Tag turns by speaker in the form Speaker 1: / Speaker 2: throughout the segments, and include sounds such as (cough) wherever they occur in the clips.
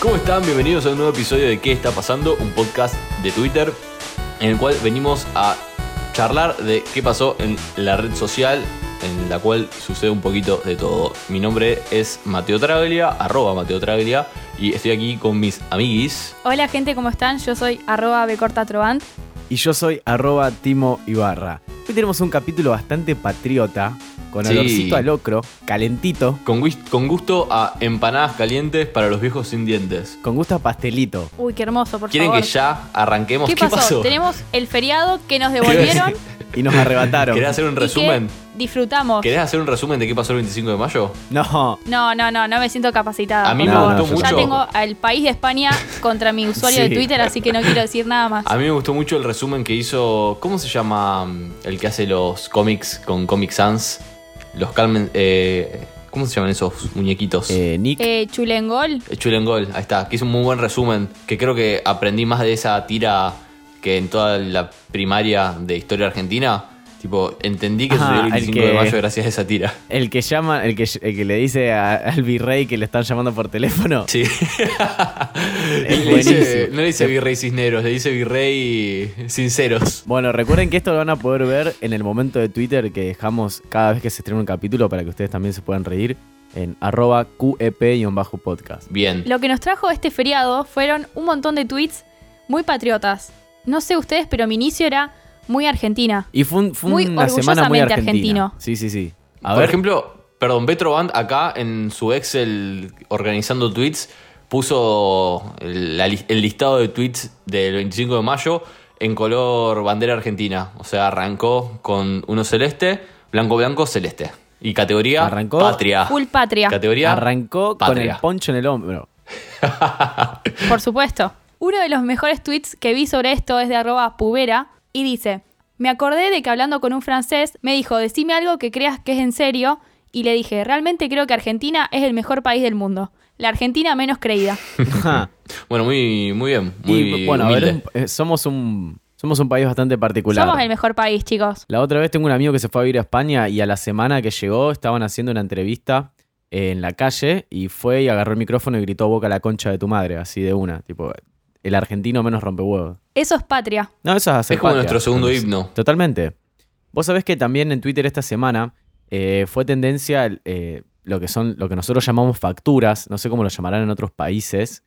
Speaker 1: ¿Cómo están? Bienvenidos a un nuevo episodio de ¿Qué está pasando? Un podcast de Twitter en el cual venimos a charlar de qué pasó en la red social en la cual sucede un poquito de todo. Mi nombre es Mateo Traglia, arroba Mateo Traglia, y estoy aquí con mis amiguis.
Speaker 2: Hola gente, ¿cómo están? Yo soy arroba becortatrovant.
Speaker 3: Y yo soy arroba Timo Ibarra. Hoy tenemos un capítulo bastante patriota, con
Speaker 1: Sí.
Speaker 3: olorcito a locro, calentito,
Speaker 1: Con, guis- con gusto a empanadas calientes para los viejos sin dientes.
Speaker 3: con gusto a
Speaker 1: (laughs)
Speaker 3: pastelito.
Speaker 2: Uy, qué hermoso, por
Speaker 1: ¿Quieren
Speaker 2: favor.
Speaker 1: que ya arranquemos?
Speaker 2: ¿Qué, pasó? Tenemos el feriado
Speaker 1: (laughs)
Speaker 2: que nos devolvieron.
Speaker 3: Y nos arrebataron.
Speaker 1: ¿Querés hacer un
Speaker 2: y que
Speaker 1: resumen?
Speaker 2: disfrutamos.
Speaker 1: ¿Querés hacer un resumen de qué pasó el 25 de mayo?
Speaker 3: No,
Speaker 2: No, no, no, no me siento capacitada.
Speaker 1: A mí
Speaker 2: por
Speaker 3: me
Speaker 2: favor.
Speaker 3: gustó
Speaker 2: Ya
Speaker 3: mucho.
Speaker 2: tengo al país
Speaker 1: (laughs)
Speaker 2: de España contra mi usuario de
Speaker 3: Sí.
Speaker 2: Twitter, así que no quiero decir nada más.
Speaker 1: A mí me gustó mucho el resumen que hizo. ¿Cómo se llama mm, el que hace los cómics con Comic Sans? Los Carmen. eh, ¿Cómo se llaman esos muñequitos?
Speaker 3: eh, Nick.
Speaker 2: Eh, Chulengol.
Speaker 1: Chulengol, ahí está. Que hizo un muy buen resumen. Que creo que aprendí más de esa tira que en toda la primaria de historia argentina. Tipo, entendí que
Speaker 3: Ah,
Speaker 1: sucedió el
Speaker 3: el
Speaker 1: 25 de
Speaker 3: que-
Speaker 1: mayo gracias a esa tira.
Speaker 3: El que llama, el que, el que le dice a- al virrey que le están llamando por teléfono.
Speaker 1: Sí. Y (laughs) le dice-
Speaker 3: buenísimo.
Speaker 1: no le dice virrey cisneros, le dice virrey sinceros.
Speaker 3: Bueno, recuerden que esto lo van a poder ver en el momento de Twitter que dejamos cada vez que se estrena un capítulo para que ustedes también se puedan reír en arroba E QEP-podcast.
Speaker 1: Bien.
Speaker 2: Lo que nos trajo este feriado fueron un montón de tweets muy patriotas. No sé ustedes, pero mi inicio era muy argentina.
Speaker 3: Y fue, un- fue
Speaker 2: Muy
Speaker 3: una semana muy
Speaker 2: orgullosamente
Speaker 3: argentina.
Speaker 2: argentino.
Speaker 3: Sí, sí, sí. A
Speaker 1: Por
Speaker 3: ver,
Speaker 1: ejemplo, perdón, Petroband acá en su Excel organizando tweets puso el, la lis- el listado de tweets del 25 de mayo en color bandera argentina. O sea, arrancó con uno celeste, blanco, blanco, celeste. Y categoría
Speaker 3: Arrancó-
Speaker 1: patria.
Speaker 2: Full patria.
Speaker 1: Ah, Categoría
Speaker 3: arrancó con
Speaker 1: patria.
Speaker 3: el poncho en el hombro.
Speaker 2: Por supuesto. Uno de los mejores tweets que vi sobre esto es de arroba pubera y dice, me acordé de que hablando con un francés me dijo, decime algo que creas que es en serio y le dije, realmente creo que Argentina es el mejor país del mundo. La Argentina menos creída.
Speaker 3: Ajá.
Speaker 1: (laughs) Bueno, muy, muy bien. Muy
Speaker 3: y bueno, a ver,
Speaker 1: humilde.
Speaker 3: un- eh, somos un somos un país bastante particular.
Speaker 2: Somos el mejor país, chicos.
Speaker 3: La otra vez tengo un amigo que se fue a vivir a España y a la semana que llegó estaban haciendo una entrevista eh, en la calle y fue y agarró el micrófono y gritó boca la concha de tu madre, así de una, tipo el argentino menos rompehuevos.
Speaker 2: Eso es patria.
Speaker 3: No, eso es hacer
Speaker 1: Es como
Speaker 3: patria,
Speaker 1: nuestro segundo
Speaker 3: entonces.
Speaker 1: himno.
Speaker 3: Totalmente. Vos sabés que también en Twitter esta semana eh, fue tendencia eh, lo que son lo que nosotros llamamos facturas, no sé cómo lo llamarán en otros países,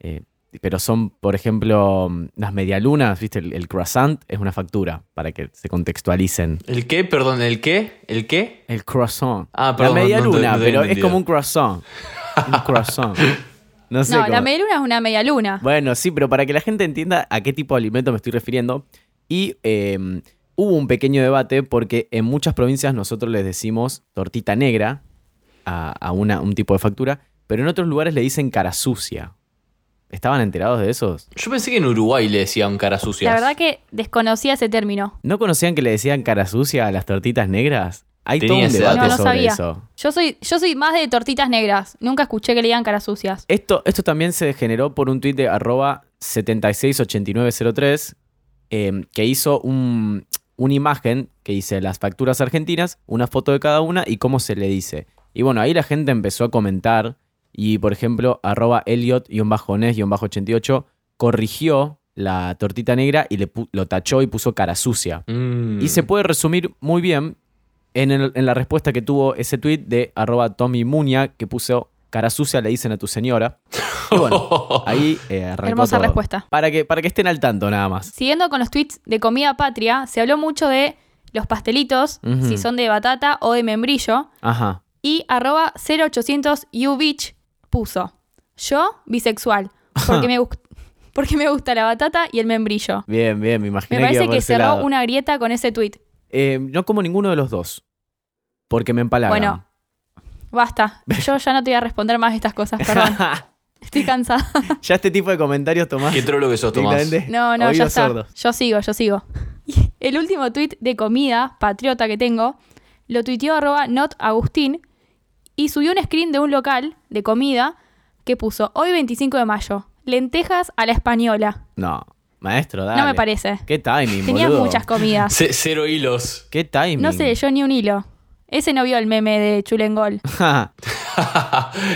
Speaker 3: eh, pero son, por ejemplo, mm, las medialunas, ¿viste? El, el croissant es una factura, para que se contextualicen.
Speaker 1: ¿El qué? Perdón, ¿el qué? ¿El qué?
Speaker 3: El croissant.
Speaker 1: Ah, perdón, no-
Speaker 3: La
Speaker 1: no te-
Speaker 3: medialuna,
Speaker 1: no te
Speaker 3: pero es
Speaker 1: entendía.
Speaker 3: como un croissant. Un
Speaker 1: (laughs)
Speaker 3: croissant. No sé.
Speaker 2: No,
Speaker 3: cómo-
Speaker 2: la media luna es una media luna.
Speaker 3: bueno, sí, pero para que la gente entienda a qué tipo de alimento me estoy refiriendo. Y eh, hubo un pequeño debate porque en muchas provincias nosotros les decimos tortita negra a, a una- un tipo de factura, pero en otros lugares le dicen cara sucia. ¿Estaban enterados de esos?
Speaker 1: Yo pensé que en Uruguay le decían cara sucia.
Speaker 2: La verdad que desconocía ese término.
Speaker 3: ¿No conocían que le decían cara sucia a las tortitas negras? Hay
Speaker 1: Tenía
Speaker 3: todo
Speaker 1: ese
Speaker 3: un
Speaker 1: dato.
Speaker 3: debate
Speaker 2: No, no
Speaker 3: sobre
Speaker 2: sabía.
Speaker 3: eso.
Speaker 2: Yo soy, yo soy más de tortitas negras. Nunca escuché que le digan caras sucias.
Speaker 3: Esto, esto también se generó por un tuit de arroba 768903 eh, que hizo un- una imagen que dice las facturas argentinas, una foto de cada una y cómo se le dice. Y bueno, ahí la gente empezó a comentar y por ejemplo arroba Elliot-Nes-88 corrigió la tortita negra y le pu- lo tachó y puso cara sucia.
Speaker 1: Mm.
Speaker 3: Y se puede resumir muy bien en, el- en la respuesta que tuvo ese tweet de arroba Tommy Muña, que puso cara sucia le dicen a tu señora. Y
Speaker 1: (laughs)
Speaker 3: bueno, ahí eh, arrancó
Speaker 2: Hermosa
Speaker 3: todo.
Speaker 2: respuesta.
Speaker 3: Para que, para que estén al tanto nada más.
Speaker 2: Siguiendo con los tweets de comida patria, se habló mucho de los pastelitos,
Speaker 3: Ujú.
Speaker 2: si son de batata o de membrillo,
Speaker 3: Ajá.
Speaker 2: y arroba 0800ubitch puso, yo bisexual, porque me, gust- (laughs) porque me gusta la batata y el membrillo.
Speaker 3: Bien, bien, me
Speaker 2: Me
Speaker 3: imaginé que iba
Speaker 2: parece
Speaker 3: por
Speaker 2: que
Speaker 3: ese
Speaker 2: cerró
Speaker 3: lado.
Speaker 2: una grieta con ese tweet.
Speaker 3: Eh, no como ninguno de los dos. Porque me empalagan. (laughs)
Speaker 2: Bueno, basta, yo ya no te voy a responder más estas cosas, perdón. Estoy cansada.
Speaker 3: Ya este tipo de comentarios, Tomás.
Speaker 1: (laughs) Qué trolo que sos, Tomás.
Speaker 3: directamente
Speaker 2: No, no, ya
Speaker 3: oídos
Speaker 2: está.
Speaker 3: sordos.
Speaker 2: Yo sigo, yo sigo. (laughs) Y El último tuit de comida patriota que tengo lo tuiteó arroba notagustín y subió un screen de un local de comida que puso hoy 25 de mayo, lentejas a la española.
Speaker 3: No, maestro, dale.
Speaker 2: No me parece.
Speaker 3: Qué timing,
Speaker 2: Tenía
Speaker 3: boludo.
Speaker 2: muchas comidas.
Speaker 1: C- cero hilos.
Speaker 3: Qué timing.
Speaker 2: No se
Speaker 3: (laughs)
Speaker 2: leyó ni un hilo. Ese no vio el meme de Chulengol.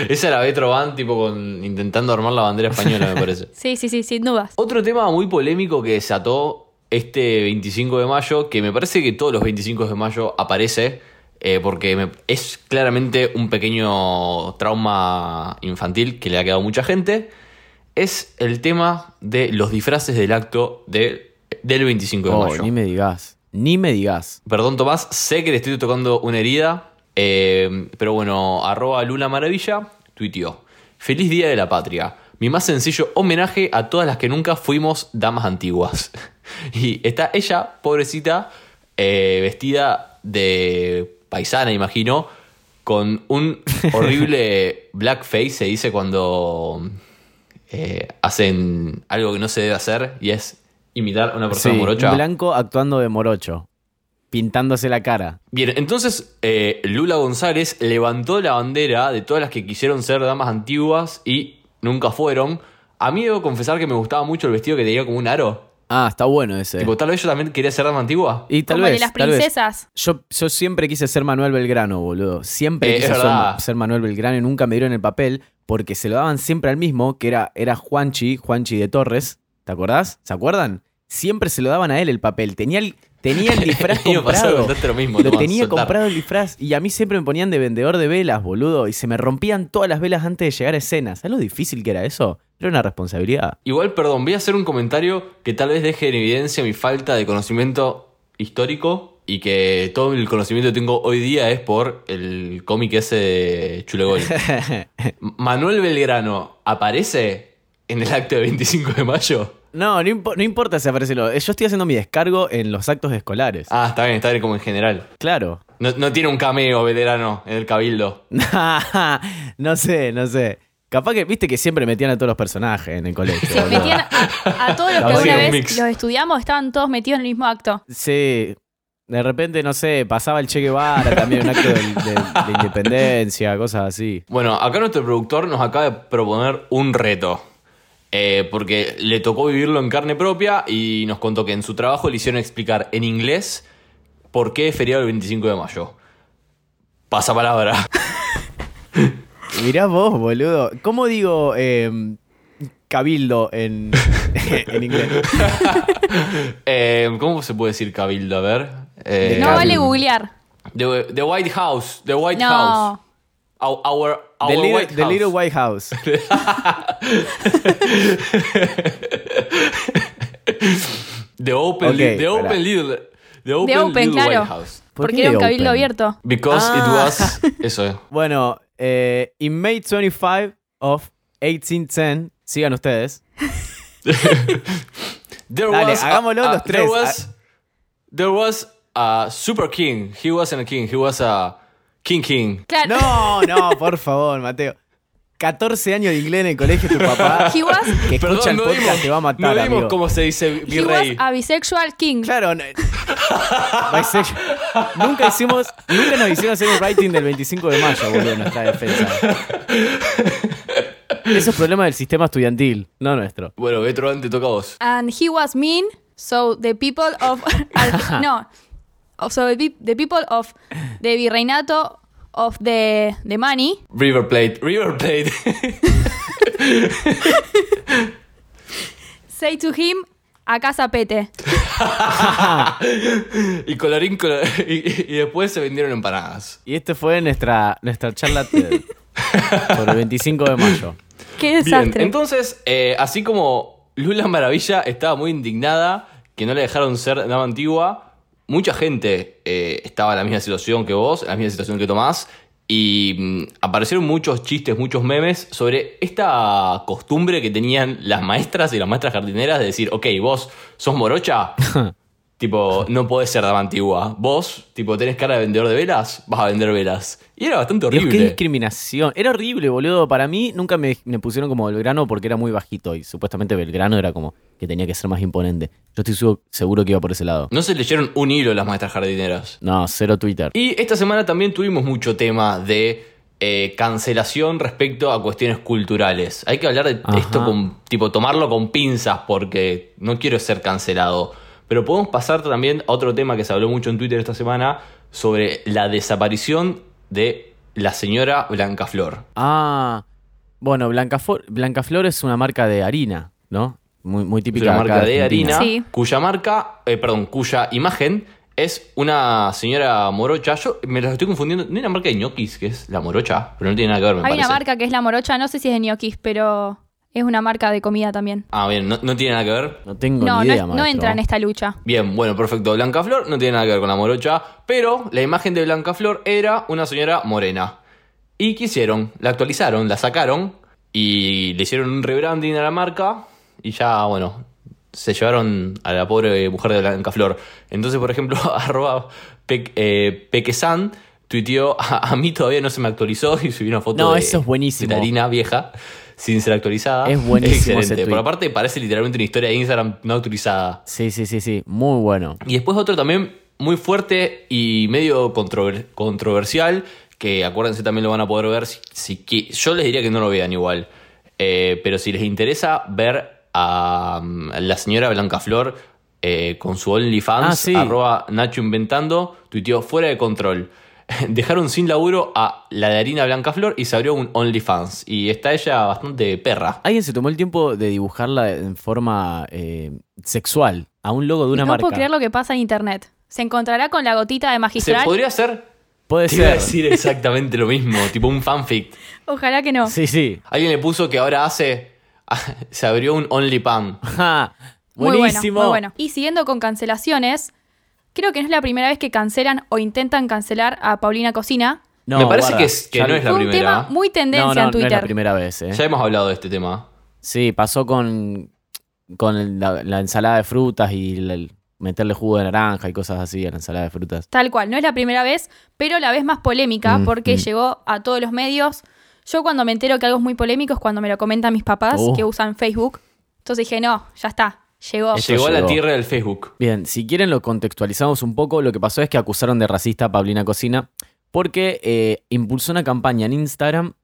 Speaker 1: Esa la Betro Van, tipo, con, intentando armar la bandera española, me
Speaker 3: (laughs)
Speaker 1: parece.
Speaker 2: Sí, sí, sí, sin dudas.
Speaker 1: Otro tema muy polémico que desató este 25 de mayo, que me parece que todos los 25 de mayo aparece, eh, porque me- es claramente un pequeño trauma infantil que le ha quedado a mucha gente, es el tema de los disfraces del acto de- del 25 de
Speaker 3: Oh,
Speaker 1: mayo.
Speaker 3: ni me digas. Ni me digas.
Speaker 1: Perdón, Tomás, sé que le estoy tocando una herida, eh, pero bueno, arroba Lula Maravilla, tuiteó. Feliz Día de la Patria. Mi más sencillo homenaje a todas las que nunca fuimos damas antiguas. (laughs) Y está ella, pobrecita, eh, vestida de paisana, imagino, con
Speaker 3: (laughs)
Speaker 1: un horrible blackface, se dice cuando eh, hacen algo que no se debe hacer, y es imitar a una persona
Speaker 3: Sí,
Speaker 1: morocha.
Speaker 3: un blanco actuando de morocho. Pintándose la cara.
Speaker 1: Bien, entonces eh, Lula González levantó la bandera de todas las que quisieron ser damas antiguas y nunca fueron. A mí debo confesar que me gustaba mucho el vestido que tenía como un aro.
Speaker 3: Ah, está bueno ese.
Speaker 1: Tipo, tal vez yo también quería ser dama antigua.
Speaker 3: y tal
Speaker 2: Como
Speaker 3: vez.
Speaker 2: el de las
Speaker 3: tal vez.
Speaker 2: princesas.
Speaker 3: Yo, yo siempre quise ser Manuel Belgrano, boludo. Siempre
Speaker 1: Eh,
Speaker 3: quise
Speaker 1: es
Speaker 3: ser,
Speaker 1: verdad.
Speaker 3: ser Manuel Belgrano y nunca me dieron el papel porque se lo daban siempre al mismo, que era, era Juanchi, Juanchi de Torres. ¿Te acordás? ¿Se acuerdan? Siempre se lo daban a él el papel. Tenía el, tenía el
Speaker 1: (laughs)
Speaker 3: disfraz
Speaker 1: El año pasado
Speaker 3: comprado.
Speaker 1: contaste lo mismo,
Speaker 3: Lo
Speaker 1: Tomás,
Speaker 3: tenía
Speaker 1: soltar.
Speaker 3: comprado el disfraz y a mí siempre me ponían de vendedor de velas, boludo. Y se me rompían todas las velas antes de llegar a escenas. ¿Sabes lo difícil que era eso? Era una responsabilidad.
Speaker 1: Igual, perdón, voy a hacer un comentario que tal vez deje en evidencia mi falta de conocimiento histórico y que todo el conocimiento que tengo hoy día es por el cómic ese de Chulegol. Manuel Belgrano aparece en el acto de 25 de mayo.
Speaker 3: No, no, impo- no importa si aparece lo. Yo estoy haciendo mi descargo en los actos escolares.
Speaker 1: Ah, está bien, está bien como en general.
Speaker 3: Claro. (laughs)
Speaker 1: No, no tiene un cameo veterano en el cabildo.
Speaker 3: no sé, no sé. Capaz que, viste que siempre metían a todos los personajes en el colegio.
Speaker 2: Se
Speaker 3: boludo.
Speaker 2: metían a, a todos los
Speaker 3: Estaba
Speaker 2: que una
Speaker 1: haciendo un
Speaker 2: vez
Speaker 1: mix.
Speaker 2: los estudiamos, estaban todos metidos en el mismo acto.
Speaker 3: Sí. De repente, no sé, pasaba el Che Guevara también, un acto del- del- de, independencia, cosas así.
Speaker 1: Bueno, acá nuestro productor nos acaba de proponer un reto. Eh, porque le tocó vivirlo en carne propia y nos contó que en su trabajo le hicieron explicar en inglés por qué es feriado el 25 de mayo. Pasa palabra. (laughs)
Speaker 3: Mirá vos, boludo. ¿Cómo digo eh, cabildo en, (laughs) en inglés?
Speaker 1: Eh, ¿Cómo se puede decir cabildo? A ver. Eh,
Speaker 2: No vale googlear.
Speaker 1: The, the White House. The White House.
Speaker 2: No.
Speaker 1: Our, our, our
Speaker 3: The little,
Speaker 1: White
Speaker 3: the
Speaker 1: House.
Speaker 3: little White
Speaker 1: (laughs)
Speaker 3: House.
Speaker 1: The Open,
Speaker 3: Ok,
Speaker 1: li- the open
Speaker 3: pará.
Speaker 1: Little. The Open,
Speaker 2: De Open,
Speaker 1: little
Speaker 2: claro.
Speaker 1: White House.
Speaker 3: ¿Por
Speaker 2: Porque
Speaker 3: qué
Speaker 2: era un
Speaker 3: de
Speaker 2: cabildo
Speaker 3: Open?
Speaker 2: abierto.
Speaker 1: Because
Speaker 3: Ah.
Speaker 1: it was.
Speaker 2: (laughs)
Speaker 1: Eso.
Speaker 3: Bueno, eh, in May 25 of 1810, sigan
Speaker 2: (laughs)
Speaker 3: ustedes.
Speaker 1: There
Speaker 3: Dale,
Speaker 1: was a-
Speaker 3: hagámoslo
Speaker 1: a-
Speaker 3: los
Speaker 1: There
Speaker 3: tres.
Speaker 1: was, there was a super king. He wasn't a king. He was a king king.
Speaker 2: Claro.
Speaker 3: No, no, por favor, Mateo. 14 años de inglés en el colegio de tu papá.
Speaker 2: (laughs)
Speaker 1: (laughs)
Speaker 2: He was,
Speaker 3: Que escucha el
Speaker 1: no
Speaker 3: podcast
Speaker 1: vimos,
Speaker 3: te va a matar,
Speaker 1: no vimos
Speaker 3: amigo.
Speaker 1: cómo se dice
Speaker 2: he was
Speaker 1: virrey.
Speaker 2: a bisexual king.
Speaker 3: Claro, no- Bisexual. nunca hicimos, nunca nos hicieron hacer un writing del 25 de mayo, boludo, en nuestra defensa. Eso es problema del sistema estudiantil, no nuestro.
Speaker 1: Bueno, Betro, te toca a vos.
Speaker 2: And he was mean, so the people
Speaker 1: (laughs)
Speaker 2: of Ar- no, Oh, so the, pe- the people of the virreinato of the the money.
Speaker 1: River Plate. River Plate. (laughs)
Speaker 2: Say to him, a casa pete.
Speaker 1: y colorín color- y, y después se vendieron empanadas.
Speaker 3: Y esto fue nuestra, nuestra charla TED sobre el 25 de mayo.
Speaker 2: Qué
Speaker 1: Bien,
Speaker 2: desastre.
Speaker 1: entonces, eh, así como Lula Maravilla estaba muy indignada que no le dejaron ser dama antigua, mucha gente eh, estaba en la misma situación que vos, en la misma situación que Tomás, y mm, aparecieron muchos chistes, muchos memes sobre esta costumbre que tenían las maestras y las maestras jardineras de decir, ok, vos sos morocha, Tipo, no podés ser dama antigua. Vos, tipo, tenés cara de vendedor de velas, vas a vender velas. Y era bastante
Speaker 3: Dios,
Speaker 1: horrible.
Speaker 3: qué discriminación. Era horrible, boludo. Para mí nunca me, me pusieron como Belgrano porque era muy bajito y supuestamente Belgrano era como que tenía que ser más imponente. Yo estoy su- seguro que iba por ese lado.
Speaker 1: No se leyeron un hilo las maestras jardineras.
Speaker 3: No, cero Twitter.
Speaker 1: Y esta semana también tuvimos mucho tema de eh, cancelación respecto a cuestiones culturales. Hay que hablar de
Speaker 3: Ajá.
Speaker 1: esto con, tipo, tomarlo con pinzas porque no quiero ser cancelado. Pero podemos pasar también a otro tema que se habló mucho en Twitter esta semana sobre la desaparición de la señora Blanca Flor.
Speaker 3: Ah, bueno, Blancaflor, Blancaflor es una marca de harina, ¿no? Muy, muy
Speaker 1: Es
Speaker 3: típica
Speaker 1: una
Speaker 3: acá
Speaker 1: marca de
Speaker 3: Argentina.
Speaker 1: harina
Speaker 2: Sí.
Speaker 1: cuya marca, eh, perdón, cuya imagen es una señora morocha. Yo me las estoy confundiendo. No hay una marca de ñoquis que es la morocha, pero no tiene nada que ver, me
Speaker 2: Hay
Speaker 1: parece.
Speaker 2: una marca que es la morocha, no sé si es de ñoquis, pero es una marca de comida también.
Speaker 1: Ah, bien, no, no tiene nada que ver.
Speaker 3: No tengo
Speaker 2: No,
Speaker 3: ni
Speaker 2: no, es-
Speaker 3: idea,
Speaker 2: no
Speaker 3: maestro.
Speaker 2: entra en esta lucha.
Speaker 1: Bien, bueno, perfecto. Blanca Flor no tiene nada que ver con la morocha, pero la imagen de Blanca Flor era una señora morena. Y quisieron, la actualizaron, la sacaron y le hicieron un rebranding a la marca y ya, bueno, se llevaron a la pobre mujer de Blanca Flor. Entonces, por ejemplo, (laughs) arroba Pe- eh, Pequesan tuiteó, a, a mí todavía no se me actualizó y subí una foto
Speaker 3: No,
Speaker 1: de,
Speaker 3: eso es buenísimo.
Speaker 1: de la harina vieja sin ser actualizada.
Speaker 3: Es buenísimo ese
Speaker 1: Excelente. Por
Speaker 3: tuit.
Speaker 1: aparte parece literalmente una historia de Instagram no actualizada.
Speaker 3: Sí, sí, sí, sí. Muy bueno.
Speaker 1: Y después otro también muy fuerte y medio controver- controversial, que acuérdense también lo van a poder ver. Si, si qui- yo les diría que no lo vean igual, Eh, pero si les interesa ver a mm, la señora Blanca Flor eh, con su OnlyFans,
Speaker 3: Ah, sí.
Speaker 1: arroba Nacho Inventando, tuiteó fuera de control. (laughs) Dejaron sin laburo a la de harina Blanca Flor y se abrió un OnlyFans. Y está ella bastante perra.
Speaker 3: Alguien se tomó el tiempo de dibujarla en forma eh, sexual a un logo de una
Speaker 2: no
Speaker 3: marca.
Speaker 2: puedo creer lo que pasa en internet. Se encontrará con la gotita de
Speaker 1: Se
Speaker 2: magistral.
Speaker 1: podría hacer.
Speaker 3: Puede
Speaker 1: Te iba a
Speaker 3: ser.
Speaker 1: decir exactamente lo mismo, tipo un fanfic.
Speaker 2: Ojalá que no.
Speaker 3: (laughs) Sí, sí. (laughs)
Speaker 1: Alguien le puso que ahora hace. (laughs) Se abrió un OnlyPan.
Speaker 3: Ajá.
Speaker 2: Muy
Speaker 3: Buenísimo.
Speaker 2: bueno, muy bueno. Y siguiendo con cancelaciones, creo que no es la primera vez que cancelan o intentan cancelar a Paulina Cocina.
Speaker 3: No,
Speaker 1: Me parece
Speaker 3: guarda,
Speaker 1: que es- que
Speaker 3: ya
Speaker 1: no
Speaker 3: lo-
Speaker 1: es la-
Speaker 2: Fue un
Speaker 1: primera.
Speaker 2: tema muy tendencia
Speaker 3: No, no,
Speaker 2: en
Speaker 3: no es
Speaker 2: Twitter.
Speaker 3: la primera vez. ¿eh?
Speaker 1: Ya hemos hablado de este tema.
Speaker 3: Sí, pasó con, con el- la, la ensalada de frutas y el- el meterle jugo de naranja y cosas así a la ensalada de frutas.
Speaker 2: Tal cual, no es la primera vez, pero la vez más polémica
Speaker 3: Mm,
Speaker 2: porque
Speaker 3: mm.
Speaker 2: llegó a todos los medios. Yo cuando me entero que algo es muy polémico es cuando me lo comentan mis papás
Speaker 3: Oh.
Speaker 2: que usan Facebook. Entonces dije, no, ya está, llegó.
Speaker 3: Eso
Speaker 1: llegó a la
Speaker 3: llegó.
Speaker 1: tierra del Facebook.
Speaker 3: Bien, si quieren lo contextualizamos un poco. Lo que pasó es que acusaron de racista a Paulina Cocina porque eh, impulsó una campaña en Instagram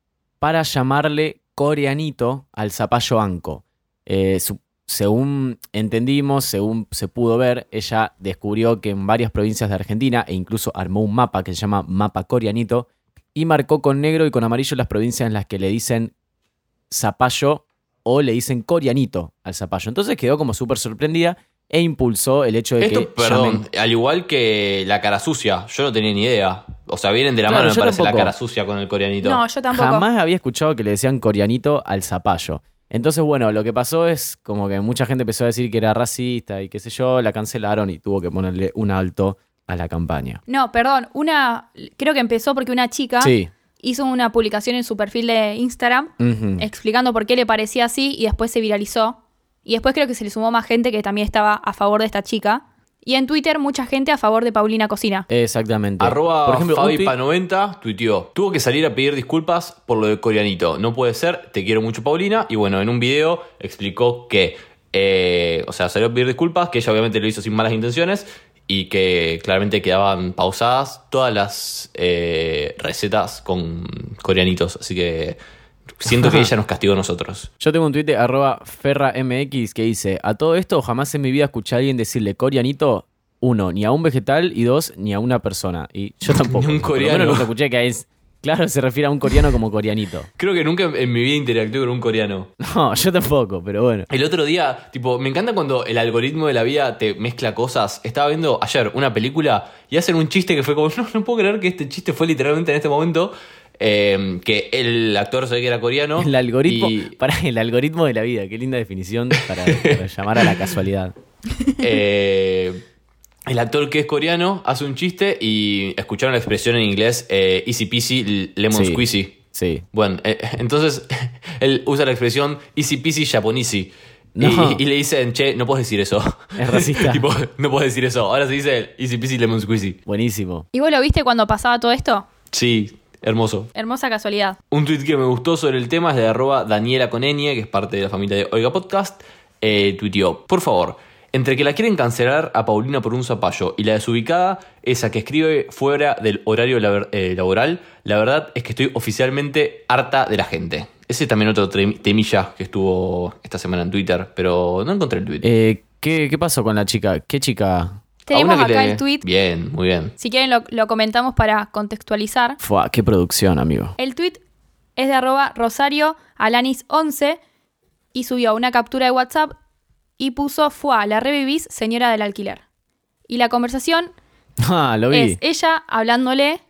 Speaker 3: para llamarle coreanito al zapallo anco. Eh, su- según entendimos, según se pudo ver, ella descubrió que en varias provincias de Argentina e incluso armó un mapa que se llama Mapa Coreanito y marcó con negro y con amarillo las provincias en las que le dicen zapallo o le dicen coreanito al zapallo. Entonces quedó como súper sorprendida e impulsó el hecho de que.
Speaker 1: Esto, perdón,
Speaker 3: llamen-
Speaker 1: al igual que la cara sucia, yo no tenía ni idea. O sea, vienen de la
Speaker 3: Claro,
Speaker 1: mano, me
Speaker 3: yo
Speaker 1: parece, la
Speaker 3: tampoco.
Speaker 1: cara sucia con el coreanito.
Speaker 2: No, yo tampoco.
Speaker 3: Jamás había escuchado que le decían coreanito al zapallo. Entonces, bueno, lo que pasó es como que mucha gente empezó a decir que era racista y qué sé yo, la cancelaron y tuvo que ponerle un alto a la campaña.
Speaker 2: No, perdón, una creo que empezó porque una chica
Speaker 3: Sí.
Speaker 2: hizo una publicación en su perfil de Instagram
Speaker 3: Ujú.
Speaker 2: explicando por qué le parecía así y después se viralizó. Y después creo que se le sumó más gente que también estaba a favor de esta chica. Y en Twitter mucha gente a favor de Paulina Cocina.
Speaker 3: Exactamente.
Speaker 1: Arroba
Speaker 3: Por ejemplo, un tuit-
Speaker 1: Fabipa90 tuiteó. Tuvo que salir a pedir disculpas por lo de coreanito. No puede ser, te quiero mucho, Paulina. Y bueno, en un video explicó que. eh, o sea, salió a pedir disculpas, que ella obviamente lo hizo sin malas intenciones. Y que claramente quedaban pausadas todas las eh, recetas con coreanitos. Así que siento
Speaker 3: (laughs)
Speaker 1: que ella nos castigó a nosotros.
Speaker 3: Yo tengo un tuit de arroba ferramx que dice, a todo esto jamás en mi vida escuché a alguien decirle coreanito, uno, ni a un vegetal y dos, ni a una persona. Y yo tampoco.
Speaker 1: (laughs) Ni a un
Speaker 3: Por lo
Speaker 1: coreano.
Speaker 3: menos nunca escuché que es, claro, se refiere a un coreano como coreanito. (laughs)
Speaker 1: Creo que nunca en mi vida interactué con un coreano.
Speaker 3: No, yo tampoco, pero bueno.
Speaker 1: El otro día, tipo, me encanta cuando el algoritmo de la vida te mezcla cosas. Estaba viendo ayer una película y hacen un chiste que fue como, (laughs) no, no puedo creer que este chiste fue literalmente en este momento. eh, que el actor se ve que era coreano.
Speaker 3: El algoritmo, (laughs)
Speaker 1: y,
Speaker 3: para el algoritmo de la vida, qué linda definición para, para llamar a la casualidad.
Speaker 1: eh, el actor que es coreano hace un chiste y escucharon la expresión en inglés eh, easy peasy lemon
Speaker 3: Sí.
Speaker 1: squeezy.
Speaker 3: Sí.
Speaker 1: (laughs) Bueno, eh, entonces él usa la expresión easy peasy japonisi.
Speaker 3: No.
Speaker 1: Y, y le dicen, che, no puedes decir eso.
Speaker 3: Es racista.
Speaker 1: (laughs) tipo, no puedes decir eso. Ahora se dice easy peasy lemon squeezy.
Speaker 3: Buenísimo.
Speaker 2: ¿Y vos lo viste cuando pasaba todo esto?
Speaker 1: Sí, hermoso.
Speaker 2: Hermosa casualidad.
Speaker 1: Un tweet que me gustó sobre el tema es de arroba Daniela Conenia, que es parte de la familia de Oiga Podcast. Eh, tuiteó, por favor, entre que la quieren cancelar a Paulina por un zapallo y la desubicada, esa que escribe fuera del horario laber- eh, laboral, la verdad es que estoy oficialmente harta de la gente. Ese es también otro tre- temilla que estuvo esta semana en Twitter, pero no encontré el tweet.
Speaker 3: Eh, ¿qué, qué pasó con la chica? ¿Qué
Speaker 1: A
Speaker 3: chica?
Speaker 1: una
Speaker 2: Tenemos
Speaker 1: que
Speaker 2: acá
Speaker 1: le-
Speaker 2: el tweet.
Speaker 1: Bien, muy bien.
Speaker 2: Si quieren lo, lo comentamos para contextualizar.
Speaker 3: Fua, qué producción, amigo. (laughs)
Speaker 2: El tweet es de arroba Rosario Alanis 11 y subió una captura de WhatsApp y puso Fua, la revivís, señora del alquiler. Y la conversación
Speaker 3: Ah, lo vi.
Speaker 2: es ella hablándole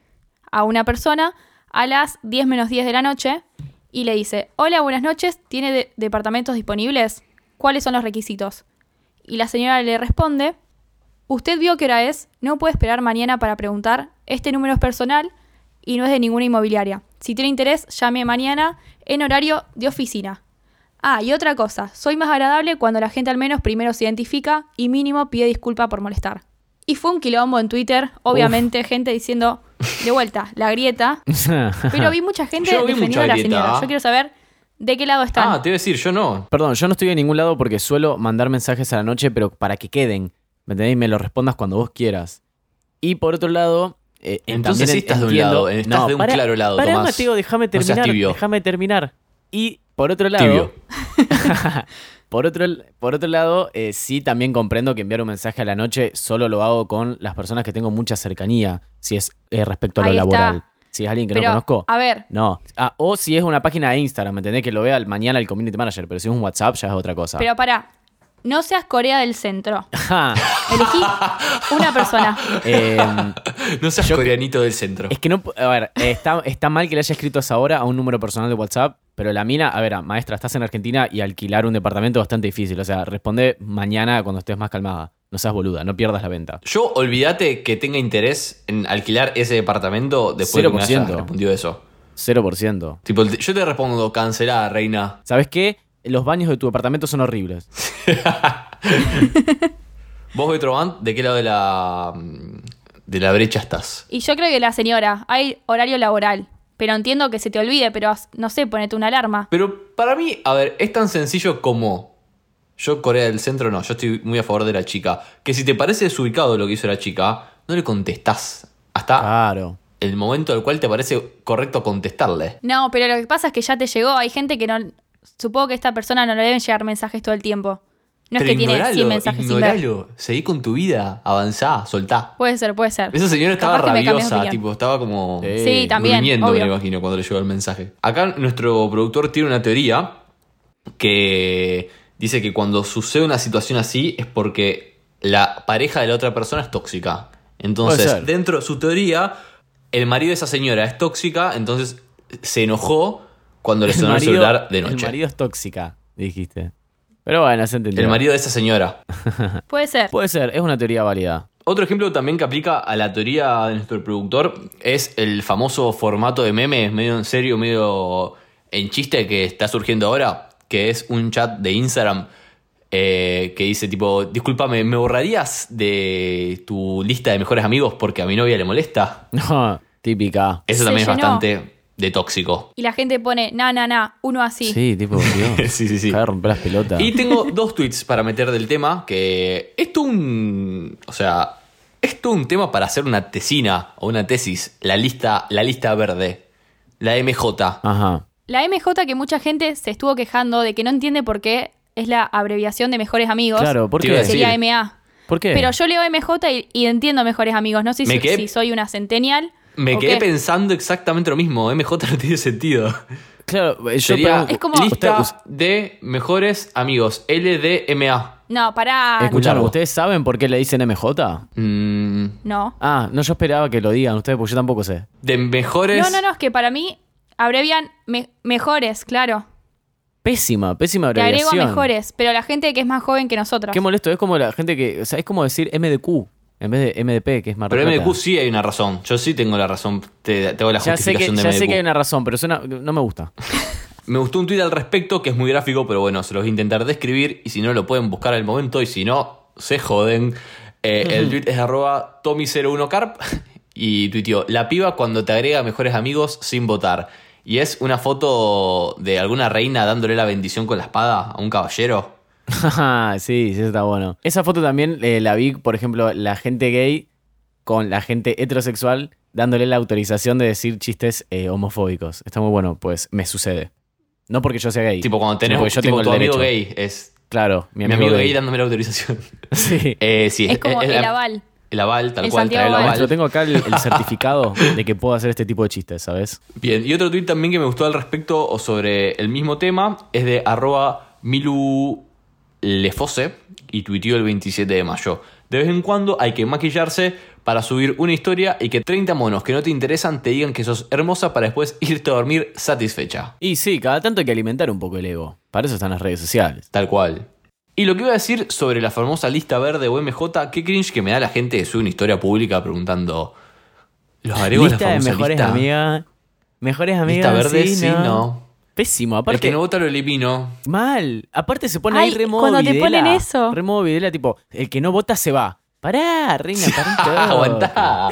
Speaker 2: a una persona a las 10 menos 10 de la noche y le dice, hola, buenas noches, ¿tiene de- departamentos disponibles? ¿Cuáles son los requisitos? Y la señora le responde, usted vio qué hora es, no puede esperar mañana para preguntar, este número es personal y no es de ninguna inmobiliaria. Si tiene interés, llame mañana en horario de oficina. Ah, y otra cosa, soy más agradable cuando la gente al menos primero se identifica y mínimo pide disculpa por molestar. Y fue un quilombo en Twitter, obviamente, gente diciendo, de vuelta, la grieta. Pero vi mucha gente
Speaker 1: Yo vi
Speaker 2: defendiendo
Speaker 1: mucha
Speaker 2: a la
Speaker 1: grieta.
Speaker 2: señora. Yo quiero saber de qué lado están.
Speaker 1: Ah, te iba a decir, yo no.
Speaker 3: (laughs) Perdón, yo no estoy en ningún lado porque suelo mandar mensajes a la noche, pero para que queden. ¿Me entendés? Y me los respondas cuando vos quieras. Y por otro lado. eh,
Speaker 1: Entonces
Speaker 3: también
Speaker 1: sí estás de un
Speaker 3: entiendo-
Speaker 1: lado, eh, estás de un claro lado,
Speaker 3: pará,
Speaker 1: Tomás.
Speaker 3: Mateo, déjame
Speaker 1: No seas
Speaker 3: terminar.
Speaker 1: tibio.
Speaker 3: déjame terminar. Y por otro lado.
Speaker 1: Tibio.
Speaker 3: por, otro, por otro lado, eh, sí también comprendo que enviar un mensaje a la noche solo lo hago con las personas que tengo mucha cercanía, si es eh, respecto a lo
Speaker 2: Ahí está.
Speaker 3: laboral. Si es alguien que
Speaker 2: Pero,
Speaker 3: no conozco.
Speaker 2: a ver,
Speaker 3: No. Ah, o si es una página de Instagram, ¿me entendés? Que lo vea al- mañana el community manager, pero si es un WhatsApp ya es otra cosa. (laughs)
Speaker 2: pero pará, no seas Corea del Centro.
Speaker 3: Ajá.
Speaker 1: (laughs)
Speaker 2: Elegí una persona.
Speaker 3: Em,
Speaker 1: No seas coreanito del centro.
Speaker 3: es que no. A ver, está, está mal que le haya escrito a esa hora a un número personal de WhatsApp, pero la mina, a ver, ah, maestra, estás en Argentina y alquilar un departamento es bastante difícil. O sea, responde mañana cuando estés más calmada. No seas boluda, no pierdas la venta.
Speaker 1: Yo olvídate que tenga interés en alquilar ese departamento después de que me hayas
Speaker 3: 0%.
Speaker 1: respondido eso.
Speaker 3: 0%.
Speaker 1: Tipo, el- yo te respondo, cancelá, reina.
Speaker 3: ¿Sabes qué? Los baños de tu departamento son horribles.
Speaker 1: Vos, Betroban, ¿de qué lado de la, mm, de la brecha estás?
Speaker 2: Y yo creo que la señora, hay horario laboral. Pero entiendo que se te olvide, pero no sé, ponete una alarma.
Speaker 1: Pero para mí, a ver, es tan sencillo como. Yo, Corea del Centro, no, yo estoy muy a favor de la chica. Que si te parece desubicado lo que hizo la chica, no le contestás.
Speaker 3: Ah.
Speaker 1: Hasta
Speaker 3: Claro.
Speaker 1: el momento al cual te parece correcto contestarle.
Speaker 2: No, pero lo que pasa es que ya te llegó. Hay gente que no. Supongo que a esta persona no le deben llegar mensajes todo el tiempo. No es que tiene 100 mensajes sin ver.
Speaker 1: ignoralo. Seguí con tu vida, avanzá, soltá.
Speaker 2: Puede ser, puede ser.
Speaker 1: Esa señora estaba
Speaker 2: Capaz que me cambias
Speaker 1: rabiosa,
Speaker 2: de opinión.
Speaker 1: tipo, estaba como
Speaker 3: Sí.
Speaker 2: Sí, también.
Speaker 1: gruñendo,
Speaker 2: obvio.
Speaker 1: me lo imagino, cuando le llegó el mensaje. Acá nuestro productor tiene una teoría que dice que cuando sucede una situación así es porque la pareja de la otra persona es tóxica.
Speaker 3: Puede
Speaker 1: Entonces,
Speaker 3: ser.
Speaker 1: dentro de su teoría, el marido de esa señora es tóxica, entonces se enojó cuando le sonó el, celular de noche.
Speaker 3: el marido es tóxica, dijiste. Pero bueno, se entendió.
Speaker 1: el marido de esa señora.
Speaker 2: Puede ser.
Speaker 3: Puede ser, es una teoría válida. (laughs)
Speaker 1: Otro ejemplo también que aplica a la teoría de nuestro productor es el famoso formato de memes, medio en serio, medio en chiste, que está surgiendo ahora, que es un chat de Instagram eh, que dice tipo, discúlpame, ¿me borrarías de tu lista de mejores amigos porque a mi novia le molesta?
Speaker 3: No, típica.
Speaker 1: Eso
Speaker 2: Se
Speaker 1: también es
Speaker 2: llenó.
Speaker 1: bastante de tóxico.
Speaker 2: Y la gente pone, na, na, na, uno así.
Speaker 3: Sí, tipo, Dios.
Speaker 1: (laughs) Sí, sí, sí.
Speaker 3: Acaba de romper las pelotas.
Speaker 1: Y tengo dos tweets para meter del tema, que esto un... O sea, esto un tema para hacer una tesina o una tesis, la lista, la lista verde, la MJ.
Speaker 3: Ajá.
Speaker 2: La MJ que mucha gente se estuvo quejando de que no entiende por qué es la abreviación de mejores amigos.
Speaker 3: Claro, ¿por
Speaker 1: Te iba a
Speaker 3: qué?
Speaker 1: decir. Eh.
Speaker 2: Sería MA.
Speaker 3: ¿Por qué?
Speaker 2: Pero yo leo MJ y, y entiendo mejores amigos. No sé
Speaker 1: Me
Speaker 2: si,
Speaker 1: quedé-
Speaker 2: si soy una centennial.
Speaker 1: Me
Speaker 2: o
Speaker 1: quedé
Speaker 2: qué.
Speaker 1: pensando exactamente lo mismo, MJ no tiene sentido.
Speaker 3: Claro, yo
Speaker 1: Sería
Speaker 3: pregunto-
Speaker 2: Es como-
Speaker 1: lista
Speaker 3: Usted-
Speaker 1: de mejores amigos, LDMA.
Speaker 2: No, pará.
Speaker 3: Escucharon,
Speaker 1: largo.
Speaker 3: ¿ustedes saben por qué le dicen MJ?
Speaker 1: Mm,
Speaker 2: No.
Speaker 3: Ah, no, yo esperaba que lo digan ustedes porque yo tampoco sé.
Speaker 1: de mejores...
Speaker 2: No, no, no, es que para mí abrevian me- mejores, claro.
Speaker 3: Pésima, pésima
Speaker 2: Te
Speaker 3: abreviación.
Speaker 2: agrego a mejores, pero la gente que es más joven que nosotros.
Speaker 3: Qué molesto, es como la gente que, o sea, es como decir MDQ en vez de MDP, que es más
Speaker 1: Pero
Speaker 3: rata.
Speaker 1: MDQ sí hay una razón. Yo sí tengo la razón. Te, te hago la
Speaker 3: Ya sé que,
Speaker 1: justificación
Speaker 3: ya
Speaker 1: de MDQ.
Speaker 3: sé que hay una razón, pero suena, no me gusta. (laughs)
Speaker 1: Me gustó un tweet al respecto que es muy gráfico, pero bueno, se los voy a intentar describir y si no lo pueden buscar al momento y si no, se joden. Eh, el tweet es arroba Tommy01carp y tuiteó, la piba cuando te agrega mejores amigos sin votar. Y es una foto de alguna reina dándole la bendición con la espada a un caballero.
Speaker 3: Ajá, sí, sí, está bueno. Esa foto también eh, la vi, por ejemplo, la gente gay con la gente heterosexual dándole la autorización de decir chistes eh, homofóbicos. Está muy bueno, pues me sucede. No porque yo sea gay.
Speaker 1: Tipo cuando tenés
Speaker 3: sino porque yo
Speaker 1: tipo,
Speaker 3: tengo el
Speaker 1: tu amigo
Speaker 3: derecho.
Speaker 1: gay. Es
Speaker 3: Claro,
Speaker 1: mi amigo, gay. dándome la autorización.
Speaker 3: (laughs)
Speaker 1: (laughs)
Speaker 3: Sí.
Speaker 1: Eh, sí,
Speaker 2: Es como
Speaker 1: es- es
Speaker 2: el
Speaker 1: la-
Speaker 2: aval.
Speaker 1: El aval, tal
Speaker 2: El
Speaker 1: cual,
Speaker 2: Santiago
Speaker 1: trae el
Speaker 2: Aval.
Speaker 1: aval.
Speaker 3: Yo tengo acá
Speaker 1: (laughs)
Speaker 3: el, el certificado de que puedo hacer este tipo de chistes, ¿sabes?
Speaker 1: Bien, y otro tweet también que me gustó al respecto o sobre el mismo tema es de arroba Milu Lefose y tuiteó el 27 de mayo. De vez en cuando hay que maquillarse para subir una historia y que 30 monos que no te interesan te digan que sos hermosa para después irte a dormir satisfecha.
Speaker 3: Y sí, cada tanto hay que alimentar un poco el ego. Para eso están las redes sociales.
Speaker 1: Tal cual. Y lo que iba a decir sobre la famosa lista verde o MJ, qué cringe que me da la gente de subir una historia pública preguntando. Los agrego a la
Speaker 3: Lista de
Speaker 1: famosa
Speaker 3: mejores
Speaker 1: lista.
Speaker 3: amigas. Mejores
Speaker 1: Lista
Speaker 3: amigas.
Speaker 1: verde, sí, no.
Speaker 3: Pésimo,
Speaker 1: El que
Speaker 3: aparte.
Speaker 1: no vota lo elimino.
Speaker 3: Mal. Aparte se pone
Speaker 2: Ay,
Speaker 3: ahí remodo
Speaker 2: cuando te ponen eso.
Speaker 3: Remodo videla, tipo, el que no vota se va. Pará, reina, pará.
Speaker 1: (laughs)
Speaker 3: un toque.
Speaker 1: Ah, Aguantá.